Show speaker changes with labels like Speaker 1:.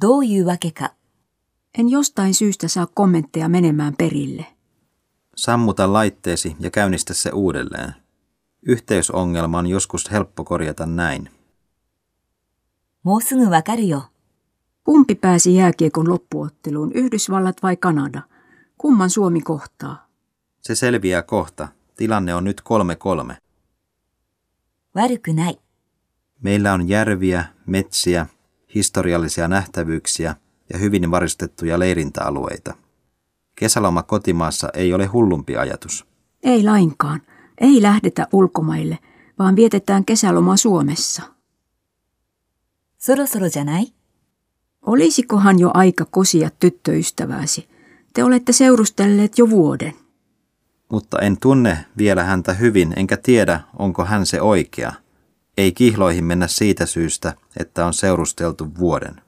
Speaker 1: どういうわけか。
Speaker 2: En jostain syystä saa kommentteja menemään perille.
Speaker 3: Sammuta laitteesi ja käynnistä se uudelleen. Yhteysongelma on joskus helppo korjata näin.
Speaker 1: もうすぐわかるよ。
Speaker 2: Kumpi pääsi jääkiekon loppuotteluun, Yhdysvallat vai Kanada? Kumman Suomi kohtaa?
Speaker 3: Se selviää kohta. Tilanne on nyt 3-3.
Speaker 1: 悪くない。
Speaker 3: Meillä on järviä, metsiä, historiallisia nähtävyyksiä ja hyvin varistettuja leirintäalueita. Kesäloma kotimaassa ei ole hullumpi ajatus.
Speaker 2: Ei lainkaan. Ei lähdetä ulkomaille, vaan vietetään kesäloma Suomessa.
Speaker 1: そろそろじゃない
Speaker 2: Olisikohan jo aika kosia tyttöystävääsi? Te olette seurustelleet jo vuoden.
Speaker 3: Mutta en tunne vielä häntä hyvin, enkä tiedä, onko hän se oikea. Ei kihloihin mennä siitä syystä, että on seurusteltu vuoden.